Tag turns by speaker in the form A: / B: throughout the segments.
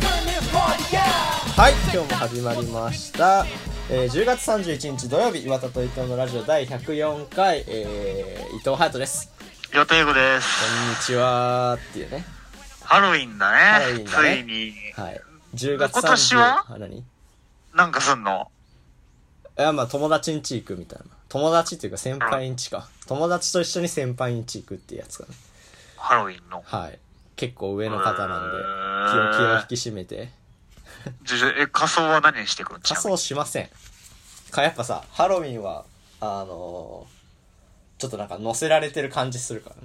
A: turn this party out
B: はい、今日も始まりました。えー10月31日土曜日、岩田と伊藤のラジオ第104回、えー伊藤隼人です。
C: 予定語で
B: こ
C: す。
B: んにちはっていうね。
C: ハロウィンだね。
B: ハロウィンだね
C: ついに。
B: はい。10月30
C: 今年は
B: あ何い
C: なんかすんの
B: や、まあ友達ん家行くみたいな。友達っていうか先輩ん家か。友達と一緒に先輩ん家行くっていうやつかね。
C: ハロウィンの。
B: はい。結構上の方なんで
C: へ、
B: 気を
C: ー
B: 気を引き締めて。
C: じゃえ、仮装は何してくんち
B: 仮
C: ゃう
B: 装しません。か、やっぱさ、ハロウィンは、あのーちょっとなんか乗せられてる感じするからね。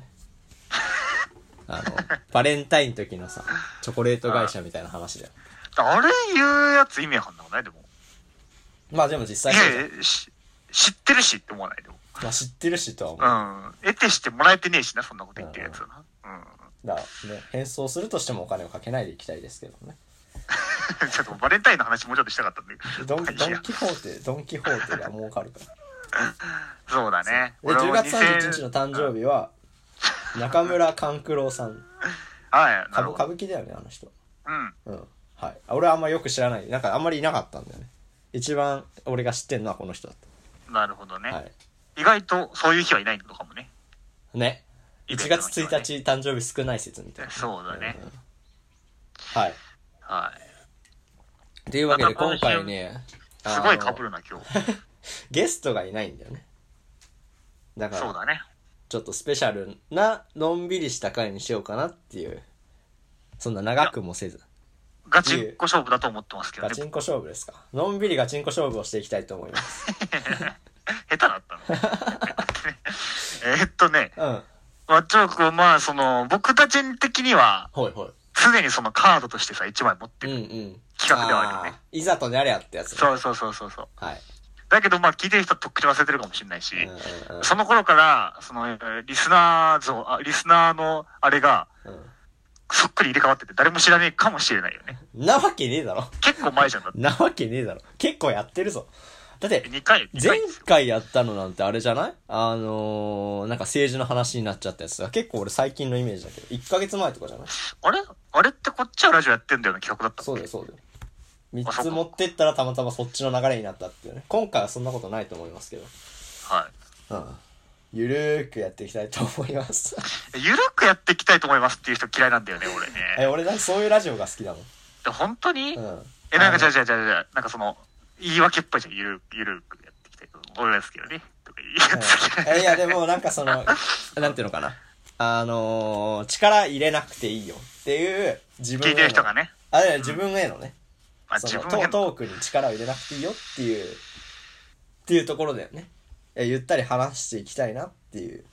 B: あの、バレンタイン時のさ、チョコレート会社みたいな話だよ。
C: あれ言うやつ意味わかんなくないでも。
B: まあでも実際
C: い
B: そうじゃん
C: やいや、し知ってるしって思わないでも。
B: まあ知ってるしとは思う。
C: うん。得てしてもらえてねえしな、そんなこと言ってるやつはな。
B: だからね、変装するとしてもお金をかけないでいきたいですけどね。
C: うん。 ちょっとバレンタインの話もうちょっとしたかったんだけど。
B: ドンド
C: ま
B: ン
C: あいいや
B: キホーテ、ドンキホーテが儲かるから。
C: そうだね。
B: で、10月31日の誕生
C: 日。
B: 日は、中村勘九郎さん。
C: はい、な
B: 歌舞
C: るほど。
B: 歌舞伎だよね、あの人。
C: うん。
B: うん。はい。俺はあんまよく知らない。なんかあんまりいなかったんだよね。一番俺が知ってんのはこの人だっ
C: なるほどね。
B: た。はい。
C: 意外とそういう日はいないのかもね。
B: ね。
C: イベ
B: 1
C: ントの
B: 月
C: 日は
B: 1
C: ね
B: 日誕生日少ない説みたいな。
C: そうだね。
B: はい。
C: はい。
B: というわけで
C: また今
B: 今
C: 週
B: 回ね、
C: すごい被
B: あの
C: るな、今日。
B: ゲストがいないんだよね。だか
C: そう
B: ら、
C: だね。
B: ちょっとスペシャルな、のんびりした回にしようかなっていう。そんな長くもせず。
C: ガチンコ勝負だと思ってますけど
B: ガ
C: ね。
B: チ
C: 下
B: ンコ勝負ですか。のんびりガチンコ勝負をしていきたいと思います。
C: 手だったの。えーっとね、
B: うん。は
C: まあ、ちょっとまあ、その、僕たち的には、
B: いはい。
C: 常にそのカードとしてさ、一枚持って
B: うんう
C: る。
B: ん。
C: 企画ではあるよね
B: ーいざとなりゃってやつね。
C: そうそうそうそうそう。
B: はい。
C: だけどまあ、聞いてる人はとっくに忘れてるかもしれないし、
B: うんうんうん
C: その頃から、その、えーリスナー像、あリスナーのあれが、そっくり入れ替わってて、誰も知らねえかもしれないよね。
B: なわけねえだろ。
C: 結構前じゃんだって。
B: なわけねえだろ。結構やってるぞ。だって、
C: 2回、2
B: 前
C: 回ですよ。
B: 回やったのなんてあれじゃないあのー、なんか政治の話になっちゃったやつが結構俺最近のイメージだけど、1ヶ月前とかじゃない
C: あれあれってこっちはラジオやってんだよね、企画だったの。
B: そうだよ、そうだよ。3つ持ってったらたまたまそっちの流れになったっていうね。今回はそんなことないと思いますけど。
C: はい。
B: うん。ゆるーくやっていきたいと思います。
C: ゆるくやっていきたいと思いますっていう人嫌いなんだよね、俺
B: え、
C: ね。
B: 俺だ、そういうラジオが好きだもん。
C: で本当に、
B: うん。
C: え、なんか、違う違う違う違う、なんかその、言い訳っぽいじゃん。ゆる、ゆるくやっていきたいと思う。俺は好きよね。とか言いやつ
B: うんいや、でもなんかその、なんていうのかな。あのー力入れなくていいよっていう、自分への。
C: 聞いてる人がね。
B: あ、いや自分へのね。
C: まあ
B: そ
C: 自
B: の
C: 分へ
B: ト
C: の
B: トークに力を入れなくていいよっていう、っていうところだよね。えゆったり話していきたいなっていう。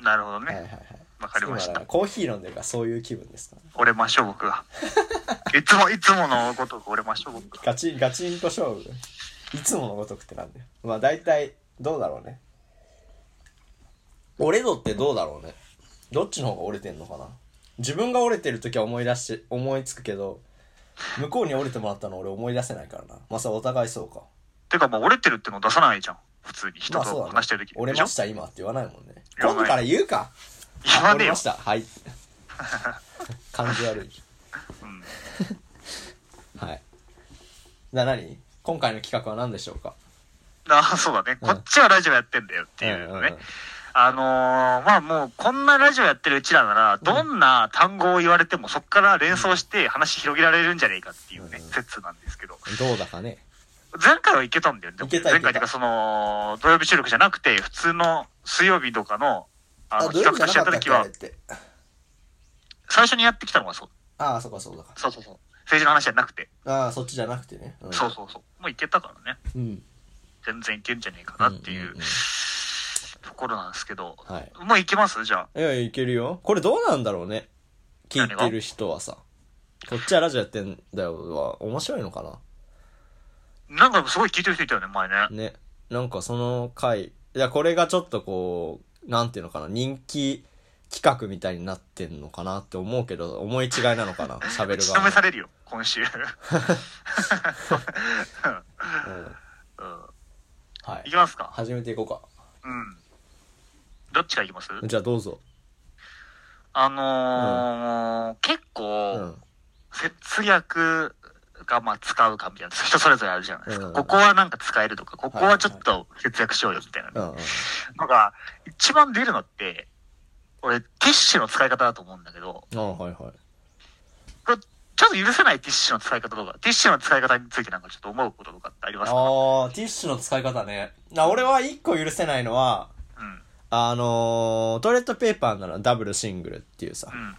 C: なるほどね。
B: はいはいはい。
C: わかりました
B: 今だらコーヒー飲んでるからそういう気分ですから、ね。
C: 折れましょう、僕が。いつも、いつものごとく折れましょう、僕が。
B: ガチン、ガチンと勝負。いつものごとくってなんだよ。まあ大体、どうだろうね。折れ度ってどうだろうね。どっちの方が折れてんのかな。自分が折れてる時は思い出して、思いつくけど、向こうに折れてもらったの俺思い出せないからな。まあさ、お互いそうか。
C: てか、まあ折れてるっての出さないじゃん。普通に人
B: まあそう
C: と
B: だね
C: 話してる時
B: 折
C: で
B: れ
C: しょ
B: ました今って言わないもんね。
C: 言わ
B: 今度
C: ない
B: から言うか。
C: 言わ
B: あ折
C: ねえ
B: れ
C: よ
B: まし。た。 はい。感じ悪い。
C: うん
B: はい。じゃあ何今回の企画は何でしょうか
C: ああ、そうだね。
B: うん
C: こっちはラジオやってんだよっていう
B: うんう
C: の
B: んうん
C: ね。あのーまあもう、こんなラジオやってるうちらなら、どんな単語を言われても、そこから連想して話広げられるんじゃねえかっていうね、
B: うんうん
C: 説なんですけど。
B: どうだかね。
C: 前回はいけたんだよね。でも
B: いけたいけ
C: 前
B: た
C: 回っていうか、その、土曜日収録じゃなくて、普通の水曜日とかの、あの、
B: どうい
C: 企
B: う意
C: 画
B: 味じゃ
C: と
B: な
C: して
B: か
C: や
B: っ
C: ったた
B: っけ
C: 時
B: あれっ、
C: は
B: て。
C: 最初にやってきたのがそう。
B: ああ、そうかそうだか。
C: そうそうそう。政治の話じゃなくて。
B: ああ、そっちじゃなくてね。うん、
C: そうそうそう。もういけたからね。
B: うん。
C: 全然いけんじゃねえかなってい
B: ん
C: うん
B: ん
C: ところなんですけど。
B: はい。
C: もういきますじゃあ。
B: いや、いけるよ。これどうなんだろうね。聞いてる人はさ。こっちはラジオやってんだよは面白いのか
C: なんかすごい聞いてる人いたよね、前ね。
B: なね。なんかその回、いや、これがちょっとこう、なんていうのかな、人気企画みたいになってんのかなって思うけど、思い違いなのか な、喋
C: 打
B: る
C: ち
B: 側
C: 止
B: も
C: め。されるよ、今週。
B: うん
C: うん
B: はいい
C: き。ますか
B: 始めていこうか。
C: うん。どっちからいきます
B: じゃあどうぞ。
C: あのー
B: う
C: 結構、
B: ん。
C: 節約がまあ使うかみたいな、人それぞれあるじゃないですか。
B: うん
C: ここはなんか使えるとか、ここはちょっと節約しようよみたいなね。
B: うんうん。
C: なんか、一番出るのって、俺、ティッシュの使い方だと思うんだけど、
B: ああ、はいはい。
C: これちょっと許せないティッシュの使い方とか、ティッシュの使い方についてなんかちょっと思うこととかってありますか
B: ああ、ティッシュの使い方ね。な、俺は一個許せないのは、
C: うん。
B: あのー、トイレットペーパーならダブルシングルっていうさ。
C: うん。うん。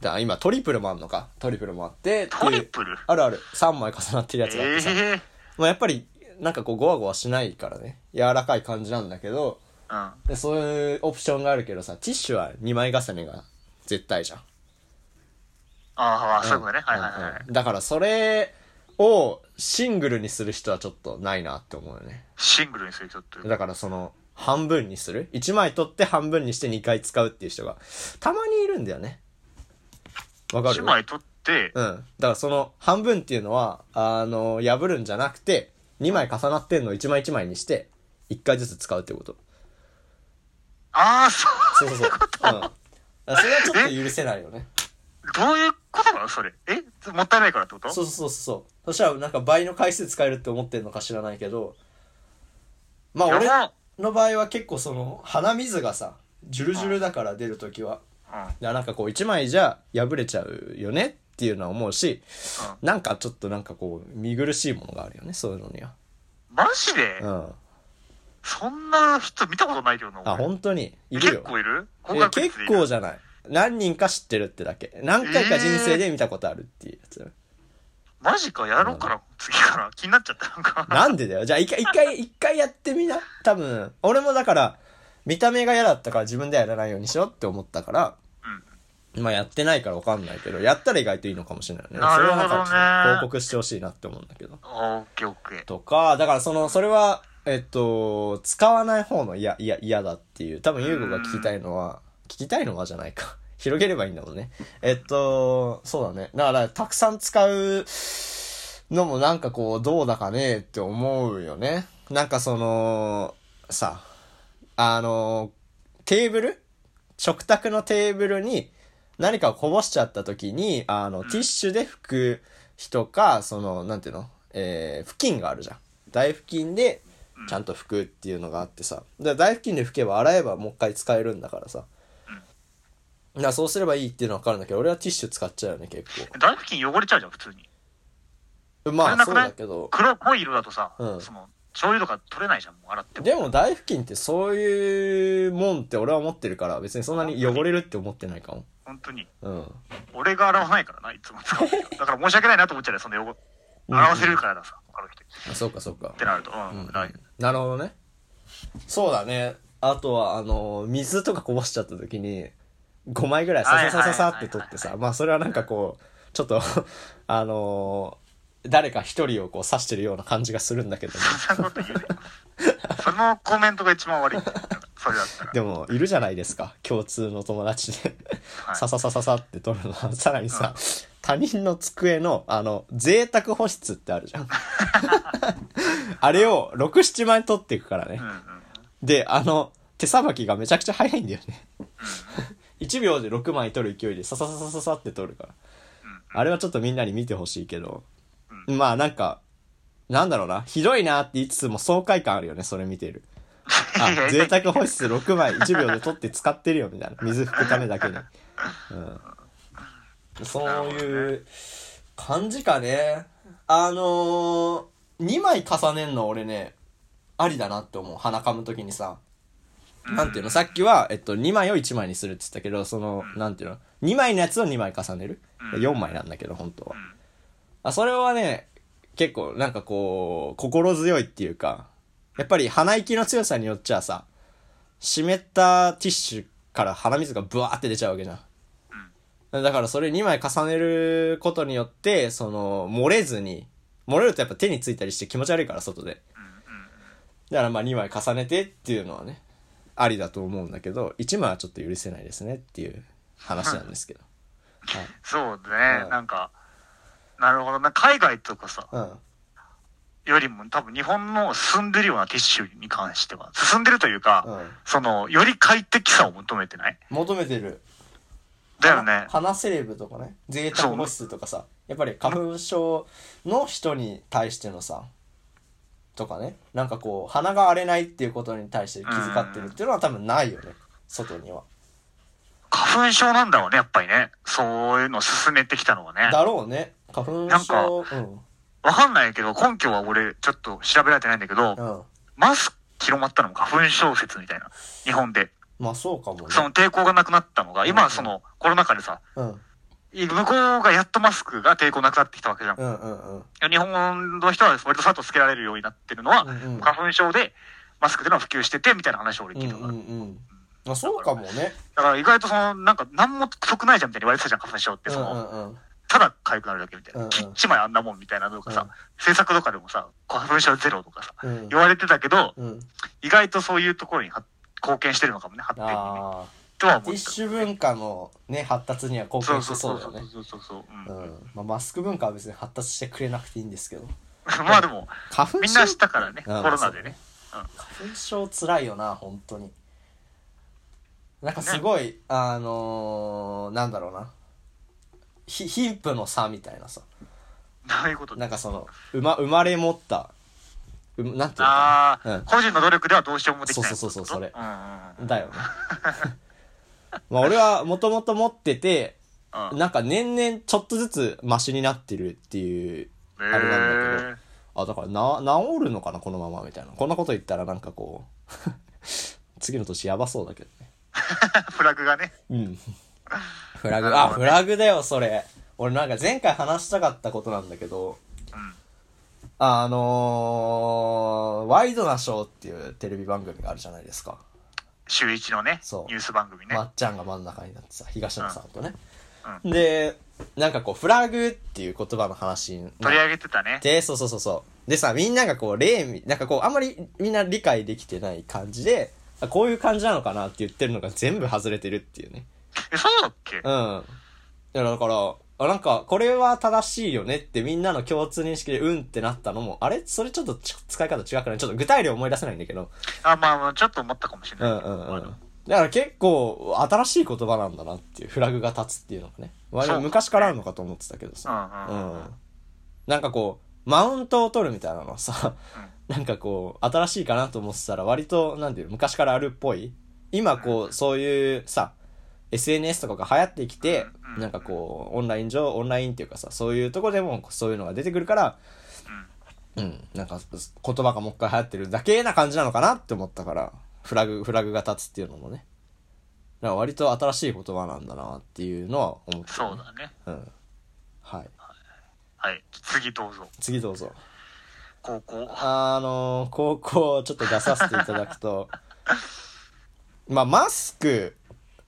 B: だから今トリプルもあんのか。トリプルもあって。っていう
C: トリプル
B: あるある。3枚重なってるやつがあっ
C: え
B: てさ。
C: え
B: まあやっぱり、なんかこうゴワゴワしないからね。柔らかい感じなんだけど、
C: うん。
B: でそういうオプションがあるけどさ、ティッシュは2枚重ねが絶対じゃん。
C: ああ、そういうことね。はいはいはい。
B: うんうんだからそれをシングルにする人はちょっとないなって思うよね。
C: シングルにする人っていう。
B: だからその、半分にする ?1 枚取って半分にして2回使うっていう人が、たまにいるんだよね。わかる
C: 1枚取って、
B: うん。だからその、半分っていうのは、あの、破るんじゃなくて、2枚重なってんのを1枚1枚にして、1回ずつ使うってこと。
C: ああ、そう。
B: そうそうそう。うん。だからそれはちょっと許せないよね。
C: どういうことなのそれ。えもったいないからってこと
B: そうそうそうそう。そしたらなんか倍の回数使えるって思ってんのか知らないけど、まあ
C: や
B: 俺
C: ば
B: の場合は結構その、鼻水がさ、ジュルジュルだから出るときは、
C: うん。
B: だからなんかこう1枚じゃ破れちゃうよねっていうのは思うし、なんかちょっとなんかこう見苦しいものがあるよねそういうのには
C: マジで、
B: うん
C: そんな人見たことないけどな。
B: あ
C: 俺
B: 本当にいる
C: 結
B: よ
C: 構いる
B: え結構じゃない何人か知ってるってだけ何回か人生で見たことあるっていうやつ、
C: マジか、やろうかな、次から。気になっちゃった、なんか。
B: なんでだよじゃあ一回一回一回やってみな多分俺もだから見た目が嫌だったから自分ではやらないようにしようって思ったからまあやってないから分かんないけど、やったら意外といいのかもしれないよね。
C: なるほどね
B: それはなんかちょっと報告してほしいなって思うんだけど。
C: オッケーオッケー。
B: とか、だからその、それは、えっと、使わない方の嫌、嫌、嫌だっていう。多分、ユーゴが聞きたいのは、聞きたいのはじゃないか。 広げればいいんだもんね。えっと、そうだね。だから、たくさん使うのもなんかこう、どうだかねって思うよね。なんかその、さ、あの、テーブル食卓のテーブルに何かをこぼしちゃった時に、あの、ティッシュで拭く人か、その、なんていうのえー、布巾があるじゃん。台布巾で、ちゃんと拭くっていうのがあってさ。で台布巾で拭けば洗えばもう一回使えるんだからさ。だからそうすればいいっていうのはわかるんだけど、俺はティッシュ使っちゃうよね、結
C: 大布巾汚れちゃうじゃん、普通に。
B: 構。
C: 取れ
B: まあ、
C: な
B: そう
C: くない
B: だけど。
C: 黒っぽい色だとさ、
B: うん
C: その、醤油とか取れないじゃん、もう洗っても。
B: でも台布巾ってそういうもんって俺は思ってるから、別にそんなに汚れるって思ってないかも。
C: 本当に。
B: うん。
C: 俺が洗わないからな、いつも 使うけど。だから申し訳ないなと思っちゃうよ、その汚洗わせるからださ、他の人に。っ
B: あそうか、そうか
C: て。なると。うん、ない
B: なるほどねそうだねあとはあの水とかこぼしちゃった時に5枚ぐらいサササササって取ってさまあそれはなんかこうちょっと あのー誰か一人をこう刺してるような感じがするんだけどね、
C: そんなこと言うね。そのコメントが一番悪い。それだったら。
B: でもいるじゃないですか共通の友達で
C: はい
B: サササササって取るのはさらにさ他人の机のあの贅沢保湿ってあるじゃ んあれを67枚取っていくからね、
C: うんうん。
B: で、あの、手さばきがめちゃくちゃ早いんだよね。1秒で6枚取る勢いで、ささささささって取るから。あれはちょっとみんなに見てほしいけど。まあなんか、なんだろうな。ひどいなって言いつつも爽快感あるよね、それ見てる。
C: い や
B: あ、贅沢保湿6枚1秒で取って使ってるよ、みたいな。水拭くためだけに。うん。そういう感じかね。あのー、2枚重ねんの俺ね、ありだなって思う。鼻噛むときにさ。なんていうのさっきは、えっと、2枚を1枚にするって言ったけど、その、なんていうの ?2 枚のやつを2枚重ねる。4枚なんだけど、本当は。あ、それはね、結構、なんかこう、心強いっていうか、やっぱり鼻息の強さによっちゃさ、湿ったティッシュから鼻水がブワーって出ちゃうわけじゃん。だからそれ2枚重ねることによって、その、漏れずに、漏れるとやっぱ手についたりして気持ち悪いから、外で。だからまあ2枚重ねてっていうのはね、ありだと思うんだけど、1枚はちょっと許せないですねっていう話なんですけど。
C: そう
B: う
C: ね
B: ん。
C: なんか、なるほどな。海外とかさ、
B: うん。
C: よりも多分日本の進んでるようなティッシュに関しては、進んでるというか、
B: うん
C: その、より快適さを求めてない
B: 求めてる。
C: だよね。
B: 鼻セレブとかね、贅沢保湿とかさ、やっぱり花粉症の人に対してのさ、とかね、なんかこう、鼻が荒れないっていうことに対して気遣ってるっていうのは多分ないよね、外には。
C: 花粉症なんだろうね、やっぱりね。そういうのを進めてきたのはね。
B: だろうね。花粉症、うん、
C: わかんないけど、根拠は俺、ちょっと調べられてないんだけど、
B: うん。
C: マスク広まったのも花粉症説みたいな。日本で。
B: まあそうかもね。
C: その抵抗がなくなったのが、今はその、コロナ禍でさ、
B: うん、
C: 向こうがやっとマスクが抵抗なくなってきたわけじゃん。
B: うん、うん、うん。
C: 日本の人は割とさっとつけられるようになってるのは、
B: うんうん
C: 花粉症でマスクっていうのは普及しててみたいな話を俺
B: う
C: 聞い
B: ん、
C: た
B: う
C: から、
B: ん、うん。まあそうかもね。
C: だから意外とそのなんか何も得ないじゃんみたいに言われてたじゃん花粉症って
B: うん、う
C: その、
B: ん、うん。
C: ただ痒くなるだけみたいな、
B: うんうん
C: きっちまいあんなもんみたいなのとかさ、
B: うん
C: 制作とかでもさ花粉症ゼロとかさ、
B: うん
C: 言われてたけど
B: うん、
C: 意外とそういうところには貢献してるのかもね発展にね
B: あ
C: とは
B: あ。テ
C: 思
B: ィ
C: っ
B: ッ
C: た
B: シュ文化のね、発達には貢
C: そ
B: 献
C: う
B: し
C: そう
B: てそ
C: そう
B: うだ
C: そ
B: よ
C: う
B: ね。
C: そうそうそう、
B: う
C: うん
B: ん。まあマスク文化は別に発達してくれなくていいんですけど。
C: まあでも
B: 花粉症
C: みんな知ったからねコ
B: うん
C: ロナ でね
B: 花粉症つらいよな本当になんかすごい、あのー、なんだろうなひ貧富の差みたいなさ
C: どういうこと
B: なんかその生ま生まれ持ったうなんていうの
C: あ
B: か
C: あ、
B: なうん
C: 個人の努力ではどうしようもできな
B: そ
C: い。
B: うそうそうそうそれ
C: うんうんうん
B: だよね まあ俺はもともと持ってて
C: うん
B: なんか年々ちょっとずつマシになってるっていうあれなんだけど、
C: へー
B: あだからな治るのかなこのままみたいなこんなこと言ったらなんかこう 次の年やばそうだけどね
C: フラグがね。
B: うん。フラグ、
C: なる
B: あ、
C: ほど
B: フ
C: ね
B: ラグだよ、それ。俺なんか前回話したかったことなんだけど、あのー、ワイドなショーっていうテレビ番組があるじゃないですか。
C: 週一のね
B: そう、
C: ニュース番組ね。
B: まっちゃんが真ん中になってさ、東野さんとね。で、なんかこう、フラグっていう言葉の話にな
C: 取り
B: っ
C: 上げてたね。
B: て、そうそうそうそう。でさ、みんながこう、例み、なんかこう、あんまりみんな理解できてない感じで、あこういう感じなのかなって言ってるのが全部外れてるっていうね。
C: え、そうだっけ
B: うん。いや、だから、あ、なんか、これは正しいよねってみんなの共通認識でうんってなったのも、あれそれちょっとち使い方違くないちょっと具体例思い出せないんだけど。
C: あ、まあまあ、ちょっと思ったかもしれ
B: う
C: な
B: ん
C: いけど。
B: うんう
C: まあ
B: ん
C: でも。
B: だから結構新しい言葉なんだなっていう、フラグが立つっていうのがね。割と昔からあるのかと思ってたけどさ。
C: うんうんうん
B: ん。なんかこう、マウントを取るみたいなのはさ、なんかこう、新しいかなと思ってたら割と、なんていうの昔からあるっぽい。今こう、そういうさ、SNS とかが流行ってきて、なんかこう、オンライン上、オンラインっていうかさ、そういうとこでもそういうのが出てくるから、うん、なんか言葉がもう一回流行ってるだけな感じなのかなって思ったから、フラグ、フラグが立つっていうのもね。だから割と新しい言葉なんだなっていうのは思った、
C: そうだね。
B: うん。はい。
C: はい。次どうぞ。
B: 次どうぞ。
C: 高校。
B: あの、高校をちょっと出させていただくと、 まあ、マスク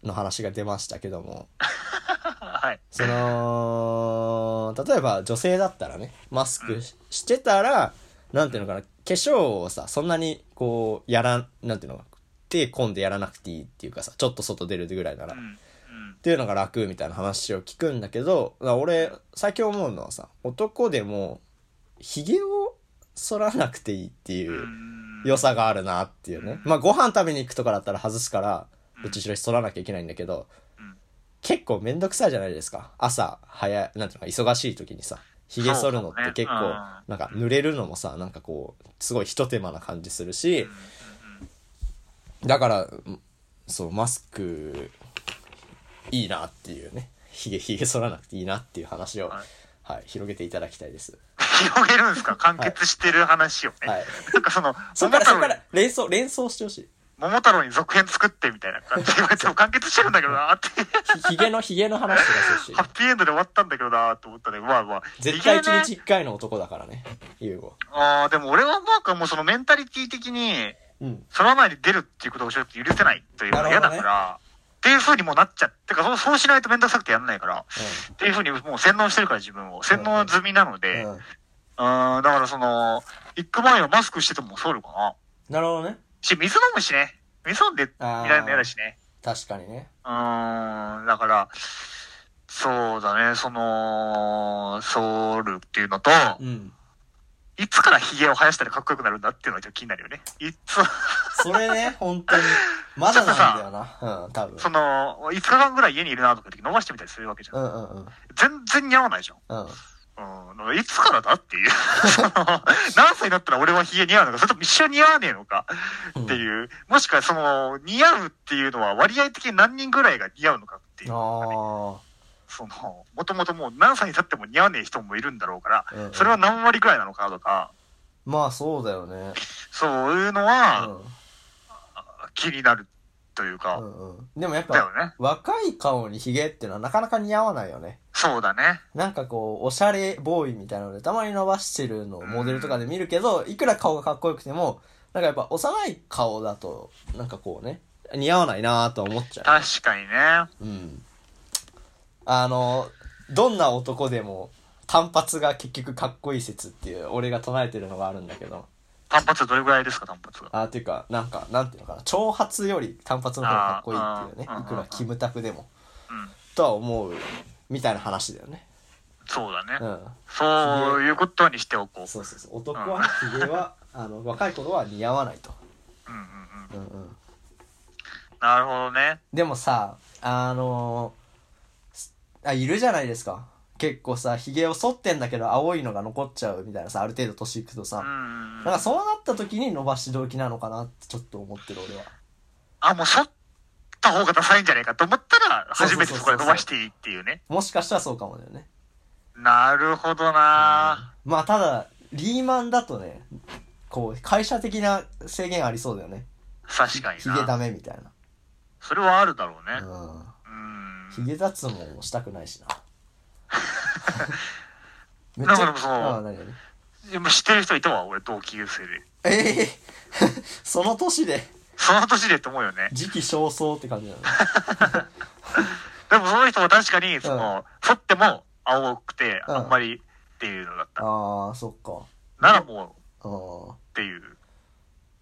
B: の話が出ましたけども、
C: はい。
B: その、例えば女性だったらね、マスクししてたら、なんていうのかな、化粧をさ、そんなにこう、やら、なんていうのかな、手込んでやらなくていいっていうかさ、ちょっと外出るぐらいなら、
C: う
B: っ
C: ん。うん。
B: ていうのが楽みたいな話を聞くんだけど、だから俺、最近思うのはさ、男でも、髭を剃らなくていいっていうう、
C: ん
B: 良さがあるなっていうね。まあご飯食べに行くとかだったら外すから、どっちしろ取らなきゃいけないんだけど
C: ん、
B: 結構めんどくさいじゃないですか。朝、早い、なんていうのか、忙しい時にさ、髭剃るのって結構、
C: そう
B: な
C: だ
B: んか濡れるのもさ、なんかこう、すごい一手間な感じするし、だから、んそう、マスク、いいなっていうね。髭、髭剃らなくていいなっていう話を、
C: はい
B: はい、広げていただきたいです。
C: 広げるんですか完結してる話をね。
B: はい
C: なんかその、
B: そっから、
C: 桃太
B: そっ
C: 郎
B: か
C: に
B: ら、連想、連想してほしい。
C: 桃太郎に続編作ってみたいな感じで言われても完結してるんだけどなーって。
B: ひひげのひげの話とかするし
C: ハッピーエンドで終わったんだけどなーと思ったね。まあまあ。
B: 絶対
C: 意
B: 一
C: 外ね
B: 日一回の男だからね優吾
C: ああ、でも俺はなんかもうそのメンタリティ的に、
B: うん
C: その前に出るっていうことをちょっと許せないという
B: な
C: か
B: るほ
C: 嫌
B: ど
C: だ
B: ね
C: から、っていう風にもうなっちゃってかそう、そうしないとめんどくさくてやんないから、っていう風にもう洗脳してるから自分を。洗脳済みなので、う、
B: うんん。
C: だからその、行く前はマスクしててもそうるかな。
B: なるほどね。
C: し、水飲むしね。水飲んで見られるの嫌だしね。
B: 確かにね。
C: うーん、だから、そうだね、その、ソウルっていうのと、
B: うん。
C: いつからヒゲを生やしたらかっこよくなるんだっていうのがちょっと気になるよね。いつ、
B: それね、本当に。まだなんだよな。うん、多分。
C: その、5日間ぐらい家にいるなとかって時伸ばしてみたりするわけじゃ。
B: うんんうんうん。
C: 全然似合わないじゃ
B: う
C: ん。
B: ん。
C: うん、いつからだっていう。 その何歳になったら俺はヒゲ似合うのか、それとも一緒に似合わねえのかっていう。もしくはその、似合うっていうのは割合的に何人ぐらいが似合うのかっていう。
B: あ
C: その、もともともう何歳になっても似合わねえ人もいるんだろうから、
B: うんうん
C: それは何割ぐらいなのかとか、
B: ー。まあそうだよね。
C: そういうの
B: う
C: は
B: ん。
C: 気になるというか、
B: うんうん。でもやっ
C: だよ
B: ぱ、
C: ね。
B: 若い顔にヒゲってのはなかなか似合わないよね。
C: そうだね。
B: なんかこう、おしゃれボーイみたいなので、たまに伸ばしてるのをモデルとかで見るけど、いくら顔がかっこよくても、なんかやっぱ幼い顔だと、なんかこうね、似合わないなぁとは思っちゃう。
C: 確かにね。
B: うん。あの、どんな男でも、単発が結局かっこいい説っていう、俺が唱えてるのがあるんだけど。
C: 単発はどれぐらいですか、単発が。
B: あー、っていうか、なんか、なんていうのかな、長髪より単発の方がかっこいいっていう
C: あーあ
B: ね。
C: ー
B: いくらキムタクでも。
C: うん。
B: とは思う、みたいな話だよね。
C: そうだね。
B: うん。
C: そういうことにしておこう。
B: そうそうそう。男は、ヒゲは、あの、若い頃は似合わないと。
C: うんうんうん。
B: うんうん。
C: なるほどね。
B: でもさ、あのすあ、いるじゃないですか。結構さ、ヒゲを剃ってんだけど、青いのが残っちゃうみたいなさ、ある程度年いくとさ。
C: うんうんう
B: なん
C: ん。
B: かそうなった時に伸ばし動機なのかなってちょっと思ってる俺は。
C: あ、もう剃った方がダサいんじゃないかと思ったら、
B: そうそうそ
C: 初
B: う
C: め
B: そ
C: て
B: う
C: そこで伸ばしていいっていうね。
B: もしかしたらそうかもだよね。
C: なるほどな
B: まあただ、リーマンだとね、こう、会社的な制限ありそうだよね。
C: 確かに
B: ヒゲ
C: な
B: ダメみたい
C: それはあるだろう
B: な。
C: ね。うん。
B: うん。ヒゲ脱毛もしたくない しな。め
C: なんかでもその
B: ああ、何々
C: でも知ってる人いたわ、俺、同級生で。
B: ええ その年で、
C: その年でって思うよね。
B: 時期尚早って感じだね。
C: でもその人も確かに、その、剃っても青くて、
B: うん
C: あんまりっていうのだった。
B: ああ、そっか。
C: ならもう、
B: ああ。
C: っていう。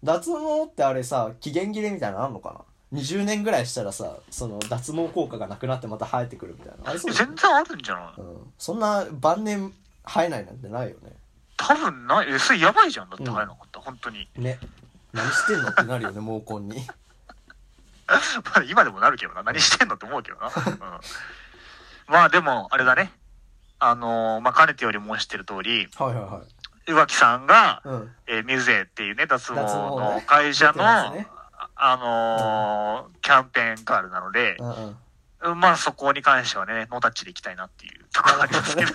B: 脱毛ってあれさ期限切れみたいなのあんのかな20年ぐらいしたらさその脱毛効果がなくなってまた生えてくるみたいなあれそうだよ
C: 全
B: ね
C: 然あるんじゃない
B: うん、そんな晩年生えないなんてないよね
C: 多分ない。え、それやばいじゃん。だって入らなかった。本当に。
B: ね何してんのってなるよね毛根 に
C: まあ今でもなるけどな。何してんのって思う けどな。うん、まあでも、あれだね。あのーまあ、かねてより申してる通り、
B: はいはいはい
C: 宇垣さんが、
B: うん
C: えーミュゼっていうね、脱毛
B: 脱毛
C: の
B: ね
C: 会社
B: 出てま
C: の、
B: すね
C: あのーキャンペーンガールなので
B: う、んうん
C: まあそこに関してはね、ノータッチで行きたいなっていうところがあります けど。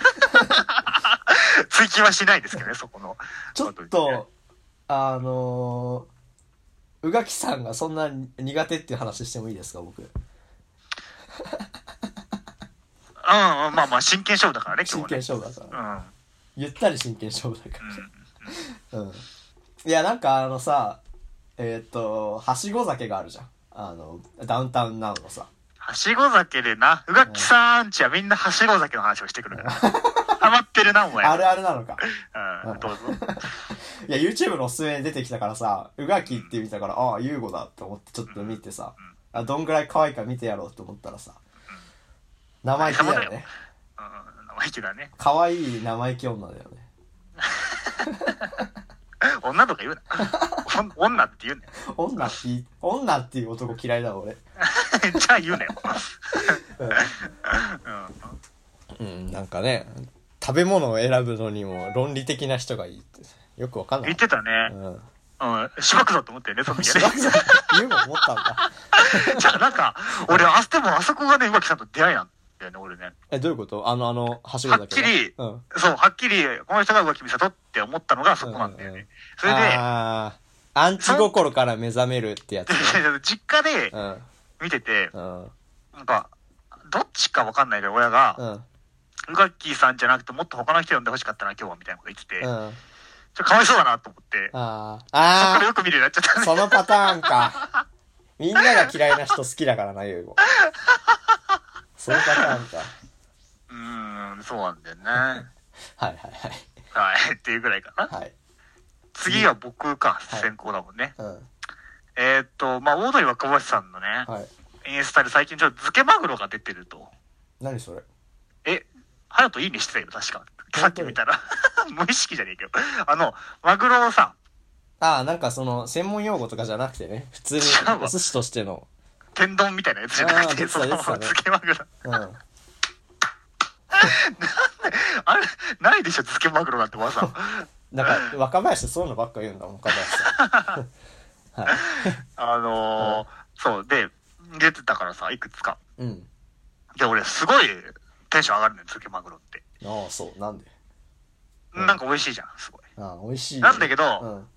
C: 追求はしないですけどね、そこの。
B: ちょっとあのー宇垣さんがそんなに苦手っていう話してもいいですか僕
C: うんうん、まあまあ真剣勝負だからね、
B: 真
C: 今日
B: 剣
C: はね。
B: 勝負だから
C: うん。
B: ゆったり真剣勝負だから
C: うん
B: うんいや、なんかあのさ、えーっ、と、はしご酒があるじゃん。あの、ダウンタウンナウのさ。
C: はしご酒でな、うがきさんちはみんなはしご酒の話をしてくるから。ハマってるな、お前。
B: あるあるなのか。
C: うん、どうぞ。
B: いや、YouTube のおすすめに出てきたからさ、うがきって見たから、ああ、優吾だって思ってちょっと見てさ、あどんぐらい可愛いか見てやろうと思ったらさ、生意気だよね。
C: うん、生意気だね。
B: 可愛い生意気女だよね。
C: 女とか言うな。お女って言うなよ。
B: 女ってい、女っていう男嫌いだ俺。
C: じゃあ言うなよ。
B: うん、なんかね、食べ物を選ぶのにも論理的な人がいいって、よくわかん
C: 言ってたね。
B: ん。
C: うん、しばくぞと思ったよね、その時 はね。
B: 優吾思ったんだ。
C: じゃあなんか、俺、あ、でもあそこがね、うまきさんと出会いなんだよね、俺ね。
B: え、どういうことあの、あの、はしごだけが。
C: はっきり
B: うん。
C: そう、はっきり、この人がうまき美里って思ったのがそこなんだよ
B: うんうんう
C: ね
B: ん。
C: それで、
B: あーアンチ心から目覚めるってやつね。
C: 実家で
B: うん。
C: 見てて、
B: うん。
C: なんか、どっちかわかんないけど、親が、
B: うん。
C: ウガッキーさんじゃなくてもっと他の人呼んでほしかったな、今日は、みたいなこと言ってて、
B: う
C: ちょっ
B: ん。
C: とかわいそうだなと思って、
B: あー
C: そっから
B: あ
C: よく見るようになっちゃった
B: ー。
C: ね。
B: そのパターンか。みんなが嫌いな人好きだからな、ユーゴ。そういうパターンか。
C: うーん、そうなんだよね。は
B: はいはいはい。
C: い、っていうぐらいかな。
B: はい。
C: 次は僕か、
B: い
C: 先行だもんね。
B: うん。
C: えーっと、まあ、オードリー若林さんのね、
B: はい。
C: インスタで最近ちょっと漬けマグロが出てると。
B: 何それ
C: え、ハヤトいいねしてたよ、確か。
B: に
C: さっき見たら。 無意識じゃねえけど。あの、マグロをさ、
B: ああ、なんかその、専門用語とかじゃなくてね、普通に
C: 違うわ
B: お寿司としての。
C: 天丼みたいなやつじゃなく
B: あー
C: て、その
B: 出てた出てたね
C: 漬けマグロ。
B: うん。あ
C: あれ、ないでしょ、漬けマグロなんてわざ。
B: なんか、若林ってそういうのばっか言うんだもん、若林さん。はい。
C: あのーそう、で、出てたからさ、いくつか。
B: うん。
C: で、俺、すごいテンション上がるね、漬けマグロって。
B: ああ、そう。なんでうん
C: なんか美味しいじゃん、すごい。
B: ああ、美味しいよ。
C: なんだけど
B: うん。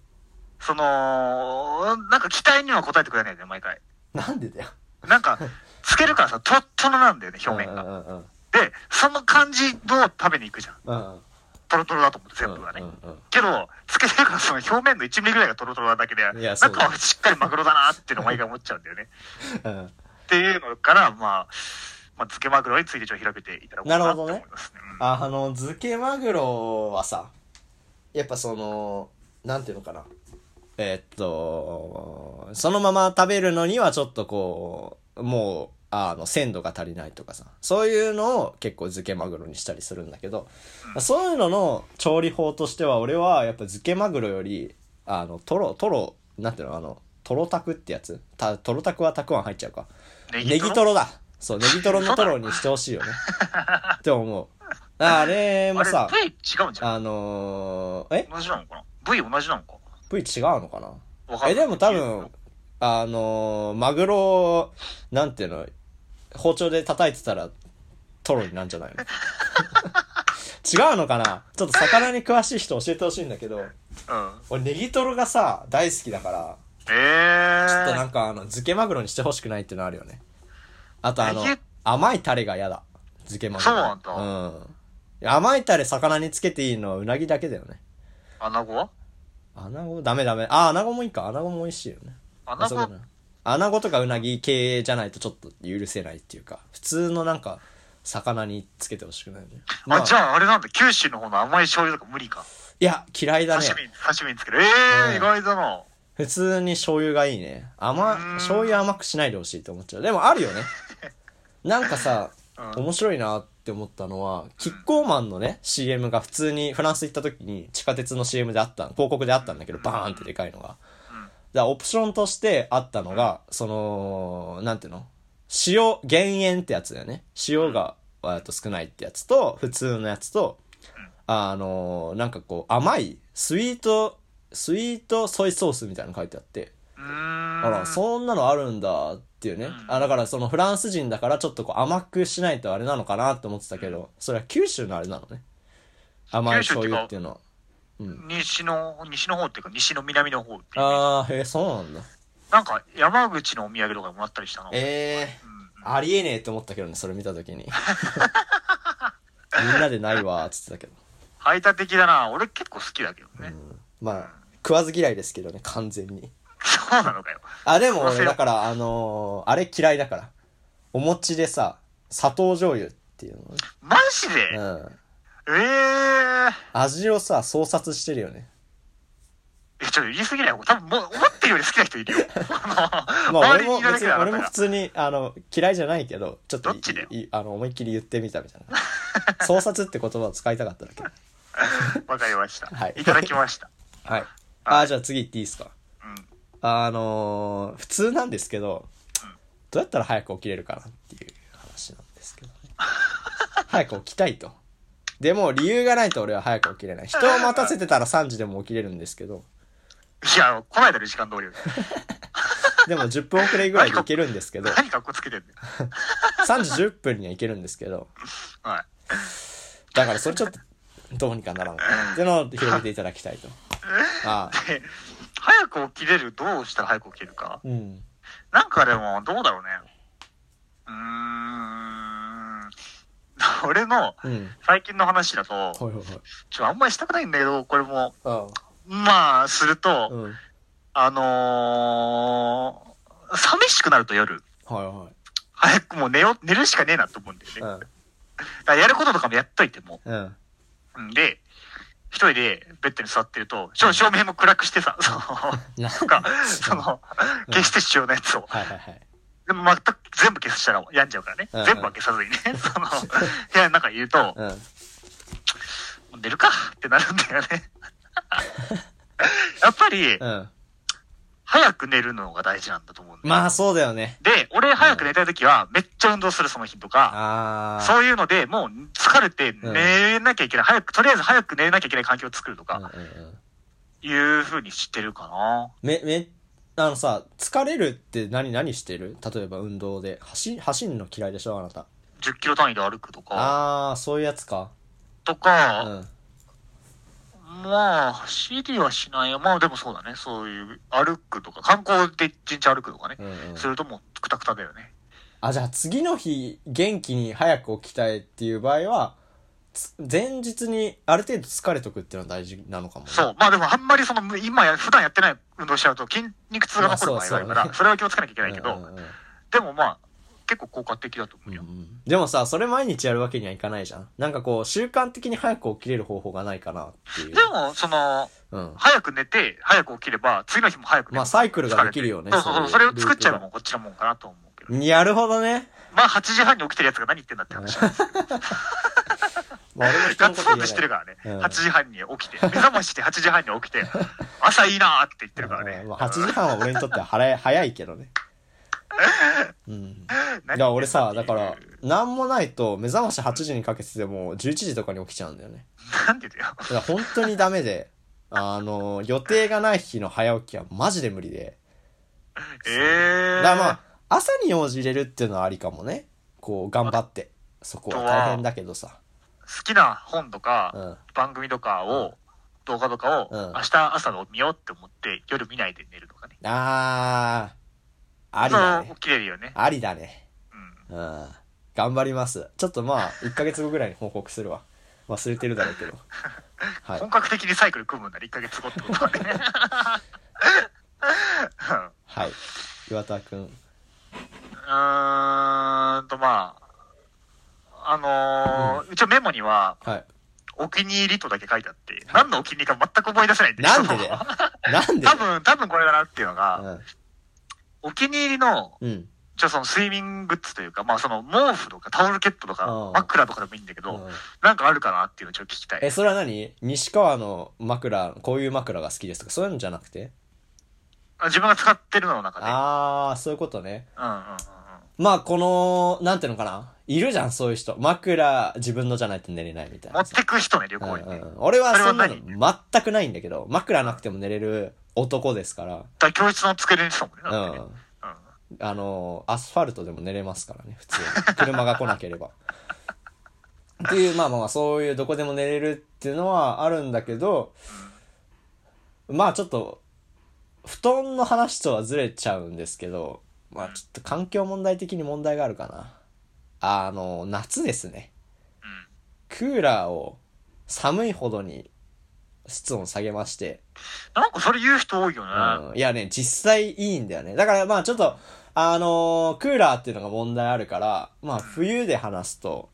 C: その、なんか期待には応えてくれないんだよね、毎回。
B: なんでだよ。
C: な んか、つけるからさ、とっとろなんだよね、表面
B: う
C: が。
B: んうんうん
C: で、その感じどう食べに行くじゃん。
B: うん。うん。
C: トロトロだと思って、全部がね。
B: うんうんうん
C: けど、つけてるからその表面の1ミリぐらいがトロトロなだけで、
B: いやそうだ
C: 中はしっかりマグロだなっていうのを毎回思っちゃうんだよね。
B: うん。
C: っていうのから、まあ、まあ、漬けマグロについてちょっと広げていただこうかなと思いますね。
B: ああの、漬けマグロはさ、やっぱその、なんていうのかな。えーっと、そのまま食べるのにはちょっとこう、もう、あの、鮮度が足りないとかさ、そういうのを結構漬けマグロにしたりするんだけど、そういうのの調理法としては、俺はやっぱ漬けマグロより、あの、トロ、トロ、なんていうの、あの、トロタクってやつたトロタクはたくあん入っちゃうか。
C: ネ
B: ネギトロだ。そう、ネギトロのトロにしてほしいよ ね。って思う。ああれもさ
C: あ、れ、部位違うんじゃん。
B: あのー、え
C: 同じなのかな部位同じなのか
B: ?V 違うのかな
C: わかんな
B: え、
C: い
B: でも多分、あのー、マグロを、なんていうの、包丁で叩いてたら、トロになんじゃない の違うのかなちょっと魚に詳しい人教えてほしいんだけど、
C: うん。
B: 俺ネギトロがさ、大好きだから、
C: え
B: ちょっとな
C: ー。
B: んかあの、漬けマグロにしてほしくないっていうのあるよね。あとあの
C: え、
B: 甘いタレが嫌だ。漬けマグロ。
C: そうなんだ
B: うん。甘いタレ魚につけていいのはうなぎだけだよね。
C: 穴子は
B: 穴子ダメダメ。あ、穴子もいいか。穴子も美味しいよね。
C: 穴
B: そ
C: 子
B: うだな穴子とかうなぎ系じゃないとちょっと許せないっていうか、普通のなんか、魚につけてほしくないよね。ま
C: あ、じゃああれなんだ、九州の方の甘い醤油とか無理か。
B: いや、嫌いだね
C: 刺。身に、刺身につける。え
B: うん
C: ー、意外だな。
B: 普通に醤油がいいね。
C: うー
B: 甘、
C: ん
B: 醤油甘くしないでほしいと思っちゃう。でもある よね。なんかさ、
C: うん
B: 面白いなって思ったのは、キッコーマンのね、CM が普通にフランス行った時に地下鉄の CM であった、広告であったんだけど、バーンってでかいのが。だからオプションとしてあったのが、その、なんていうの塩、減塩ってやつだよね。塩が、えっと少ないってやつと、普通のやつと、あのーなんかこう、甘い、スイート、スイートソイソースみたいなの書いてあって、
C: うーん。
B: あら、そんなのあるんだっていうね。あ、だからそのフランス人だからちょっとこう甘くしないとあれなのかなって思ってたけど、それは九州のあれなのね。甘い
C: 九州っ
B: 醤
C: ていうか
B: 油っていうのは。
C: 西の、西の方っていうか、西の南の方っていうね。
B: あー、へえ、そうなんだ。
C: なんか、山口のお土産とかもらったりしたの。
B: ええありえねえって思ったけどね、それ見たとき に。みんなでないわーっつってたけど。
C: 排他的だな。俺結構好きだけどね。
B: まあ、食わず嫌いですけどね、完全に。
C: そうなのかよ。
B: あ、でも
C: 忘
B: 俺、
C: れろ
B: だから、あのーあれ嫌いだから。お餅でさ、砂糖醤油っていう
C: マジで、
B: の、ね。うん。
C: ええー。
B: 味をさ、創殺してるよね。
C: え、ちょっと言い過ぎない方が多分もう、思ってるより好きな人い るよ。あの、
B: まあ俺
C: 周りに
B: も
C: いるだ
B: 別
C: け
B: に、
C: であな
B: 俺
C: た
B: も
C: が
B: 普。通に、あの、嫌いじゃないけど、ちょっとい
C: どっちだよ
B: いあの、思いっきり言ってみたみたい な。創殺って言葉を使いたかっただけ。
C: わかりました。
B: はい
C: い。ただきました。
B: はい。あー、じゃあ次行っていいですか。
C: うん。
B: あのー普通なんですけど、どうやったら早く起きれるかなっていう話なんですけどね。 早く起きたいと。でも理由がないと俺は早く起きれない。人を待たせてたら3時でも起きれるんですけど、
C: いや、こないだの時間通りよ。
B: でも10分遅れぐらいで行けるんですけど、
C: 何かっこつけてんだよ。
B: 3時10分には行けるんですけど、
C: はい。
B: だからそれちょっとどうにかならんかなっていうのを広げていただきたい と。ああ、
C: で早く起きれる、どうしたら早く起きるか。
B: うん。
C: なんかでも、どうだろうね。うーん。 俺の
B: うん。
C: 最近の話だと、
B: ほいほい
C: ちょ、あんまりしたくないんだけど、これも、
B: ほい。
C: まあ、すると、
B: うん。うん。
C: あのー、寂しくなると夜、
B: はいは
C: 早くもう寝よ、寝るしかねえなと思うんだよね。
B: い。うん。
C: だからやることとかもやっといても。
B: うん。
C: うんで、一人でベッドに座ってると、ちょ照明も暗くしてさ、そ
B: な
C: の、とか、その、
B: ん
C: 消して必要なやつを。
B: はいはいはい。
C: でも全く全部消したら病んじゃうからね。
B: うん
C: 全部は消 さずにね、その、部屋の中にいると、も
B: うん。
C: う寝るかってなるん だよね。やっぱり、
B: うん。
C: 早く寝るのが大事なんだと思うんだよ
B: まあそうだよね。
C: で、俺早く寝たい時は、めっちゃ運動するその日とか、
B: ああ。
C: そういうので、もう疲れて寝なきゃいけない。早く、とりあえず早く寝なきゃいけない環境を作るとか、
B: うんうんうん。
C: いう風にしてるかな。
B: め、め、あのさ、疲れるって何、何してる例えば運動で。走、走んの嫌いでしょあなた。
C: 10キロ単位で歩くとか、
B: ああ、そういうやつか。
C: と
B: う
C: か、
B: ん。
C: まあ、走りはしないよ。まあでもそうだね。そういう、歩くとか、観光で一日歩くとかね
B: う。んうん。
C: するともう、くたくただよね。
B: あ、じゃあ次の日、元気に早く起きたいっていう場合は、つ前日にある程度疲れとくっていうのは大事なのかもね。
C: そう。まあでもあんまりその、今や、普段やってない運動しちゃうと筋肉痛が残る場合があるか
B: まあそうそうね
C: ら、それは気をつけなきゃいけ
B: う
C: なんいうけ
B: んうん
C: ど、でもまあ、結構効果的だと思う
B: うんう
C: よ。
B: んでもさ、それ毎日やるわけにはいかないじゃん。なんかこう、習慣的に早く起きれる方法がないかなっていう
C: で。も、その、
B: うん。
C: 早く寝て、早く起きれば、次の日も早く寝る
B: まあサイクルができるよね
C: そうそうそう。
B: そ
C: そう
B: い
C: れ
B: う
C: を作っちゃえばもうこっちのもんかなと思うけど。
B: なるほどね。
C: まあ8時半に起きてるやつが何言ってんだって話。
B: まあ俺も人
C: ガ
B: のこ
C: ッツ
B: と
C: ポ
B: 言えな
C: ーズ
B: い
C: してるからね。
B: うん
C: 8時半に起きて。目覚まして8時半に起きて。朝いいなーって言ってるからね。
B: まあ、8時半は俺にとっては早い早いけどね。うん。だ
C: 何言ってんだ
B: から俺さ、だから、なんもないと目覚まし8時にかけてても11時とかに起きちゃうんだよね。
C: なんでだよ。
B: だから本当にダメで、あの、予定がない日の早起きはマジで無理で。
C: え
B: だ
C: ー。
B: からまあ、朝に用事入れるっていうのはありかもね。こう、頑張って。そこは大変だけどさ。
C: 好きな本と
B: う
C: か、
B: ん。
C: 番組とかを、動画とかを、
B: うん
C: 明日朝の見ようって思って、夜見ないで寝るとかね。
B: あー、ありだ
C: そう
B: ね
C: 起。きれるよね。
B: ありだね。
C: うん。
B: うん。頑張ります。ちょっとまあ、1ヶ月後ぐらいに報告するわ。忘れてるだろうけ ど。はい
C: 本。格的にサイクル組むんだね、1ヶ月後ってことはね。うん
B: はい。岩田くん。
C: うーんと、まあ、あのー一応メモには、
B: はい。
C: お気に入りとだけ書いてあって、何のお気に入りか全く思い出せないんだ
B: な
C: け
B: ん
C: ど
B: でだよ。なんで
C: 多
B: だよ。
C: 分、多分これだなっていうのが、お気に入りの、
B: うん。うん。
C: じゃその睡眠グッズというか、まあその毛布とかタオルケットとか
B: うん
C: 枕とかでもいいんだけ
B: う
C: ど
B: ん、
C: なんかあるかなっていうのをちょっと聞きた
B: え、
C: い。
B: それは何西川の枕、こういう枕が好きですとか、そういうのじゃなくて
C: あ自分が使ってるのの中で。
B: あー、そういうことね。
C: うんうんうんうん。
B: まあ、この、なんていうのかな。いるじゃん、そういう人。枕、自分のじゃないと寝れないみたい
C: 持
B: な
C: っ。てく人ね、旅
B: うん
C: 行に
B: う
C: ね。
B: ん、俺はそんなの
C: それ
B: 全くないんだけど、枕なくても寝れる男ですか
C: だから教室の机にしてたもんね。だ
B: ら、
C: って
B: う
C: ね
B: ん。
C: うん
B: あの、アスファルトでも寝れますからね、普通に。車が来なければ。っていう、まあまあまあ、そういうどこでも寝れるっていうのはあるんだけど、まあちょっと、布団の話とはずれちゃうんですけど、まあちょっと環境問題的に問題があるかな。あの、夏ですね。クーラーを寒いほどに室温下げまして、
C: なんかそれ言う人多いよね。
B: うんいやね、実際いいんだよね。だからまあちょっと、あのークーラーっていうのが問題あるから、まあ冬で話すと、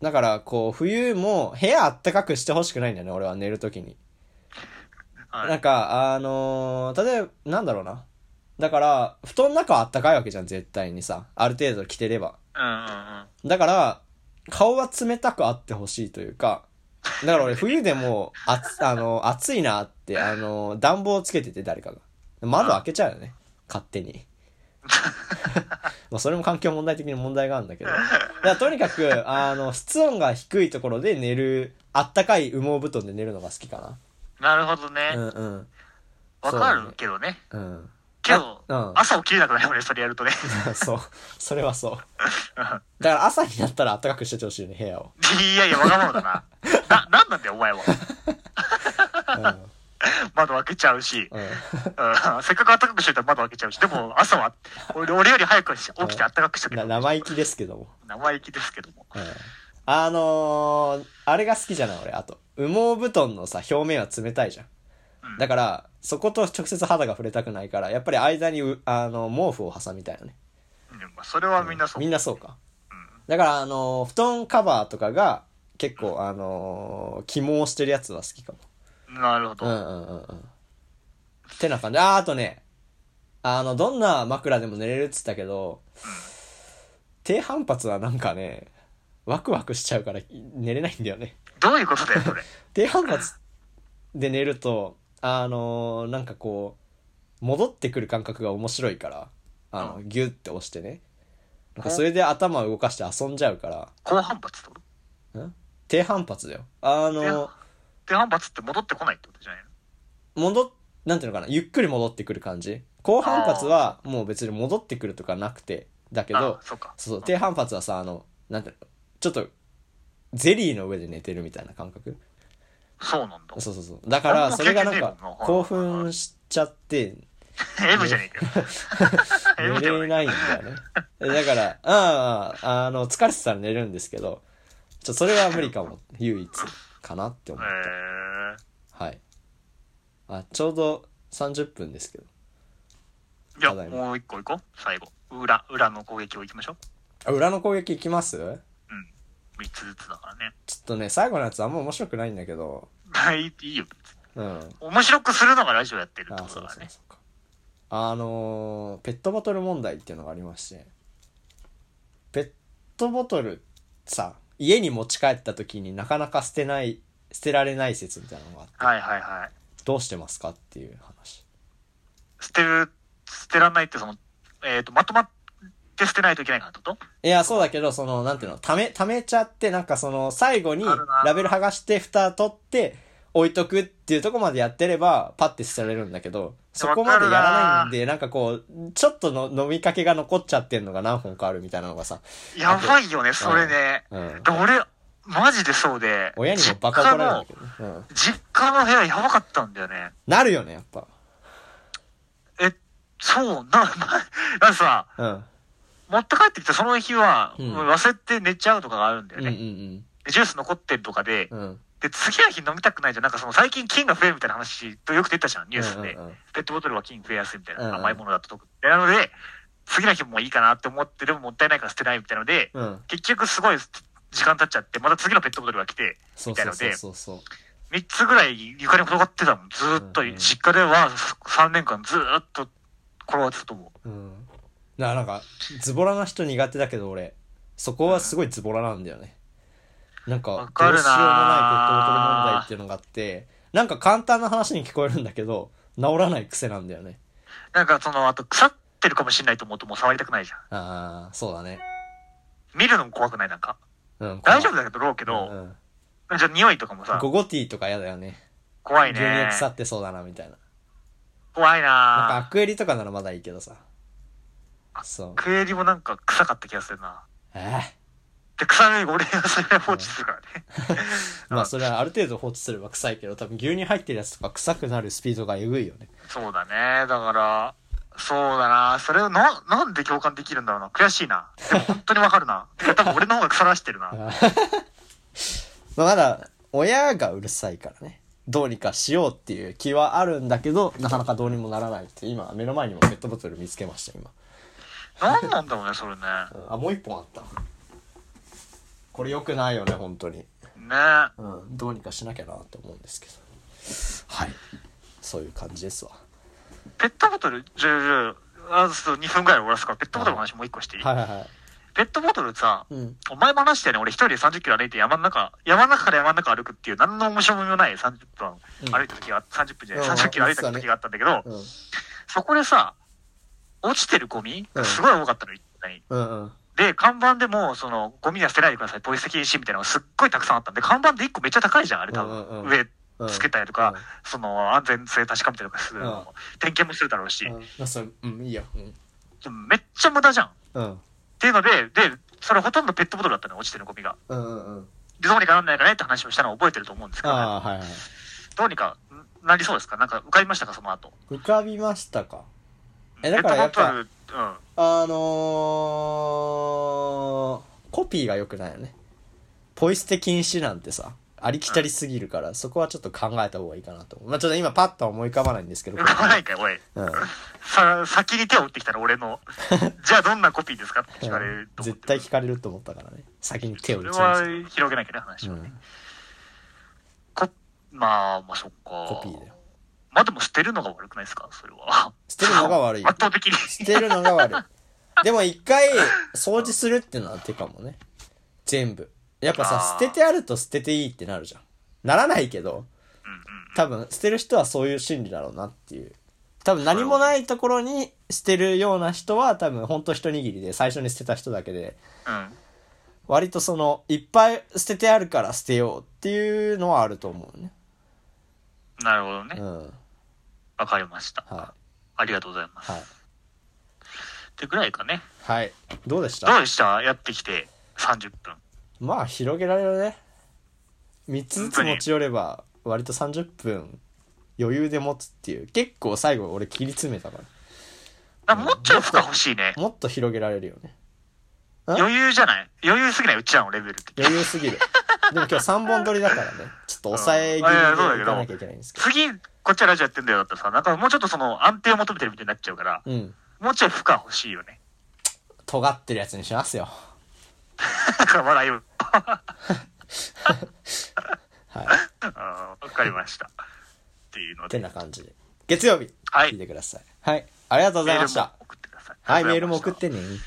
B: だからこう冬も部屋あったかくしてほしくないんだよね、俺は寝るときに。
C: はい
B: なんか、あのー例えば、なんだろうな。だから、布団の中はあったかいわけじゃん、絶対にさ。ある程度着てれば。
C: うんうんうん。
B: だから、顔は冷たくあってほしいというか、だから俺冬でも、あつ、あの、暑いなって、あの、暖房つけてて誰かが。窓開けちゃうよね。勝手に。 まあそれも環境問題的に問題があるんだけど。だからとにかく、あの、室温が低いところで寝る、あったかい羽毛布団で寝るのが好きか
C: なるほどね
B: な。う。んうん。
C: わかるけどね。
B: うん。
C: けど、
B: うん
C: 朝起きれなくなるよね、それやるとね。
B: そう。それはそう。だから朝になったら暖かくしててほしいね、部屋を。
C: いやいや、わがまま だな。な、なんなんだよ、お前は。窓開けちゃうし、
B: うん。うん。
C: うんせっかく暖かくしといたら窓開けちゃうし、でも朝は、俺俺より早く起きて暖かくしとけ
B: な
C: ば
B: 生意気ですけども。
C: 生意気ですけども。
B: うんあのー、あれが好きじゃない俺、あと。羽毛布団のさ、表面は冷たいじゃん。だから、そこと直接肌が触れたくないから、やっぱり間にう、あの、毛布を挟みたいよね。
C: でもまあそれはみんなそう。
B: みんなそうか。だから、あの、布団カバーとかが、結構、あの、起毛してるやつは好きかも。
C: なるほど。
B: うんうんうんうん。てな感じ。あー、あとね、あの、どんな枕でも寝れるっつったけど、低反発はなんかね、ワクワクしちゃうから寝れないんだよね。
C: どういうことだよ、それ。
B: 低反発で寝ると、あのーなんかこう、戻ってくる感覚が面白いから、あの、ギュッて押してね。なんかそれで頭を動かして遊んじゃうか
C: 高反発ってこと
B: ら、ん低反発だよ。あのー
C: 低反発って戻ってこないってことじゃないの
B: 戻っ、なんていうのかな、ゆっくり戻ってくる感じ。高反発はもう別に戻ってくるとかなくて、だけど
C: あ、そうか
B: そうそう、低反発はさ、あの、なんていうの、ちょっと、ゼリーの上で寝てるみたいな感覚
C: そうなんだ。
B: そうそうそう。だから、それがなんか
C: あんま経験ねえもん、な
B: 興奮しちゃって、
C: M じゃね えかよ。
B: 寝れないんだよね。だから、ああ、あの、疲れてたら寝るんですけど、ちょ、それは無理かも、唯一、かなって思う。
C: え
B: はい。あ、ちょうど30分ですけど。
C: ー、じゃ
B: ただいま
C: もう一個行こう。最後。裏、裏の攻撃を行きましょう。
B: あ、裏の攻撃いきますちょ
C: うん。三つずつだからね。
B: っとね、最後のやつあんま面白くないんだけど、
C: はい、いいよ。
B: うん。あ、
C: 面白くするのがラジオやってるって
B: そう
C: こと
B: そう
C: だか
B: そ
C: ら
B: う
C: ね。
B: か。あのーペットボトル問題っていうのがありまして、ペットボトルさ、家に持ち帰った時になかなか捨てない、捨てられない説みたいなのがあって
C: はいはいはい。
B: どうしてますかっていう話。
C: 捨てる、捨てらんないって、その、えっ、と、まとまって捨てないといけないからってこと
B: いや、そうだけど、その、なんていうの、ため、ためちゃって、なんかその、最後に
C: あるな、
B: ラベル剥がして、蓋取って、置いとくっていうとこまでやってれば、パッて捨てられるんだけど、そこまでやらないんで、なんかこう、ちょっとの飲みかけが残っちゃってんのが何本かあるみたいなのがさ、
C: やばいよね、それね。
B: うん。
C: 俺、マジでそうで。
B: 親にもバカ怒られるんだけどね。うん。
C: 実家の実家の部屋やばかったんだよね。
B: なるよね、やっぱ。
C: え、そう、な、 な、なんかさ、
B: うん。
C: 持って帰ってきたその日は、
B: うん
C: もう忘れて寝ちゃうとかがあるんだ
B: う
C: よ
B: んう
C: ね。
B: ん
C: ジュース残ってるとかで、
B: うん。うん。
C: で、次の日飲みたくないじゃん。なんかその最近菌が増えるみたいな話とよく出たじゃん、ニュースで。
B: うんうんうん
C: ペットボトルは菌増えやすいみたいな。
B: うんうん
C: 甘いものだと特に。なので、次の日もいいかなって思って、でももったいないから捨てないみたいなので、
B: うん。
C: 結局すごい時間経っちゃって、また次のペットボトルが来て、
B: そ
C: み
B: う
C: たい
B: そ
C: な
B: う
C: の
B: そう
C: で、
B: そうそう。
C: 3つぐらい床に転がってたもん。ずーっと、
B: うんうん
C: 実家では3年間ずーっと転がってたと思う。
B: うん。な、なんか、ズボラな人苦手だけど俺、そこはすごいズボラなんだよね。なんか、どう
C: わ
B: しよ
C: か
B: うもな
C: るない
B: ペットボトル問題っていうのがあって、なんか簡単な話に聞こえるんだけど、治らない癖なんだよね。
C: なんかその、あと腐ってるかもしれないと思うともう触りたくないじゃん。
B: ああ、そうだね。
C: 見るのも怖くないなんか。
B: うん。
C: 大丈夫だけど、ろうけ
B: 怖い
C: ど、
B: うん。
C: じゃあ匂いとかもさ、
B: ゴゴティーとか嫌だよね。
C: 怖い
B: 牛乳
C: ね。
B: 腐ってそうだな、みたいな。
C: 怖い
B: なんかア
C: な
B: クエリとかならまだいいけどさ。そう。
C: クエリもなんか臭かった気がするな。
B: ええ
C: で、臭み俺がそれ放置するか らね。
B: まあそれはある程度放置すれば臭いけど、多分牛乳入ってるやつとか臭くなるスピードがえぐいよね。
C: そうだね。だから、そうだな。それをな、なんで共感できるんだろうな。悔しいな。でも本当にわかるな。てか多分俺の方が腐らしてるな。
B: まあ、まだ親がうるさいからねどうにかしようっていう気はあるんだけどなかなかどうにもならないって今目の前にもペットボトル見つけました今
C: なんなんだろうね、それね。
B: あもう一本あったこれ良くないよね本当に、
C: ね
B: うん、どうにかしなきゃなって思うんですけどはいそういう感じですわ
C: ペットボトル、じゃあじゃああと2分ぐらいで終わらすから、ペットボトルの話もう一個していい、
B: はいはいはい
C: ペットボトルさ、
B: うん
C: お前も話したよね、俺一人で30キロ歩いて山の中、山の中から山の中歩くっていう、何の面白みもない30分
B: うん
C: 歩いた時が、30分じゃない、
B: うん
C: 30キロ歩いた時があったんだけど、
B: うん
C: そこでさ、落ちてるゴミ
B: うん
C: がすごい多かったの、一体。
B: うんうん
C: で、看板でも、その、ゴミは捨てないでください、ポイ捨て禁止みたいなのがすっごいたくさんあったんで、看板で1個めっちゃ高いじゃん、あれ多
B: うんうんうん
C: 分。上
B: うん
C: つけたりとか
B: うん、
C: その、安全性確かめたりとかするのも、点検もするだろうし、
B: うんそれうんいいようん
C: でもめっちゃ無駄じゃん。っ
B: うん
C: ていうので、で、それほとんどペットボトルだったの、落ちてるゴミが。
B: うんうんうん
C: で、どうにかなんないかねって話をしたのを覚えてると思うんですけどね、
B: ああはいはい
C: どうにかんなりそうですかなんか浮かびましたかその後。
B: 浮かびましたかえだ
C: ペッ
B: から
C: ト
B: や
C: ボ
B: っぱ
C: トル、うん。
B: あのー、コピーが良くないよね。ポイ捨て禁止なんてさ、ありきたりすぎるから、そこはちょっと考えた方がいいかなと思う。まあちょっと今パッとは思い浮かばないんですけど。
C: 浮かばないかい、おい。
B: うん。
C: さ、先に手を打ってきたら 俺の、じゃあどんなコピーですかって聞かれると思っ
B: 絶
C: て。
B: 対聞かれると思ったからね。先に手を
C: それ
B: 打ちまし
C: は広げなきゃね、話
B: た。う
C: はね。
B: ん。
C: こまあ、まあそっか。
B: コピーだよ。
C: まあでも捨てるのが悪くないですかそれは。
B: 捨てるのが悪い
C: 圧倒的に。
B: 捨てるのが悪い。でも一回、掃除するっていうのは手かもね。全部。やっぱさ、
C: あー
B: 捨ててあると捨てていいってなるじゃん。ならないけど、
C: うんうん。
B: 多分捨てる人はそういう心理だろうなっていう。多分何もないところに捨てるような人は多分ほんと一握りで最初に捨てた人だけで、
C: うん。
B: 割とその、いっぱい捨ててあるから捨てようっていうのはあると思うね。
C: なるほどね
B: う。ん。
C: わかりました。
B: は
C: ありがとうございます。
B: はい
C: ってぐらいかね。
B: い。はい。どうでした
C: どうでしたやってきて30分。
B: まあ広げられるね3つずつ持ち寄れば割と30分余裕で持つっていう結構最後俺切り詰めたから
C: なんかもうちょい負荷欲しいね。
B: もっと広げられるよね
C: 余裕じゃない余裕すぎないうちらのレベルって。
B: 余裕すぎるでも今日3本撮りだからねちょっと抑え気味
C: うんいやいやそうだけ
B: で
C: ど
B: いかなきゃいけないんですけど
C: 次、こっちはラジオやってんだよだったらさ、なんかもうちょっとその安定を求めてるみたいになっちゃうから、
B: うん
C: もうちょい負荷欲しいよね。
B: 尖ってるやつにしますよ
C: だから笑いを。
B: はい
C: うんわかりました。っていうの
B: て
C: で。
B: な感じで月曜日
C: はい
B: 聞いてくださいはいありがとうございました
C: メールも送ってください。
B: はいメールも送ってね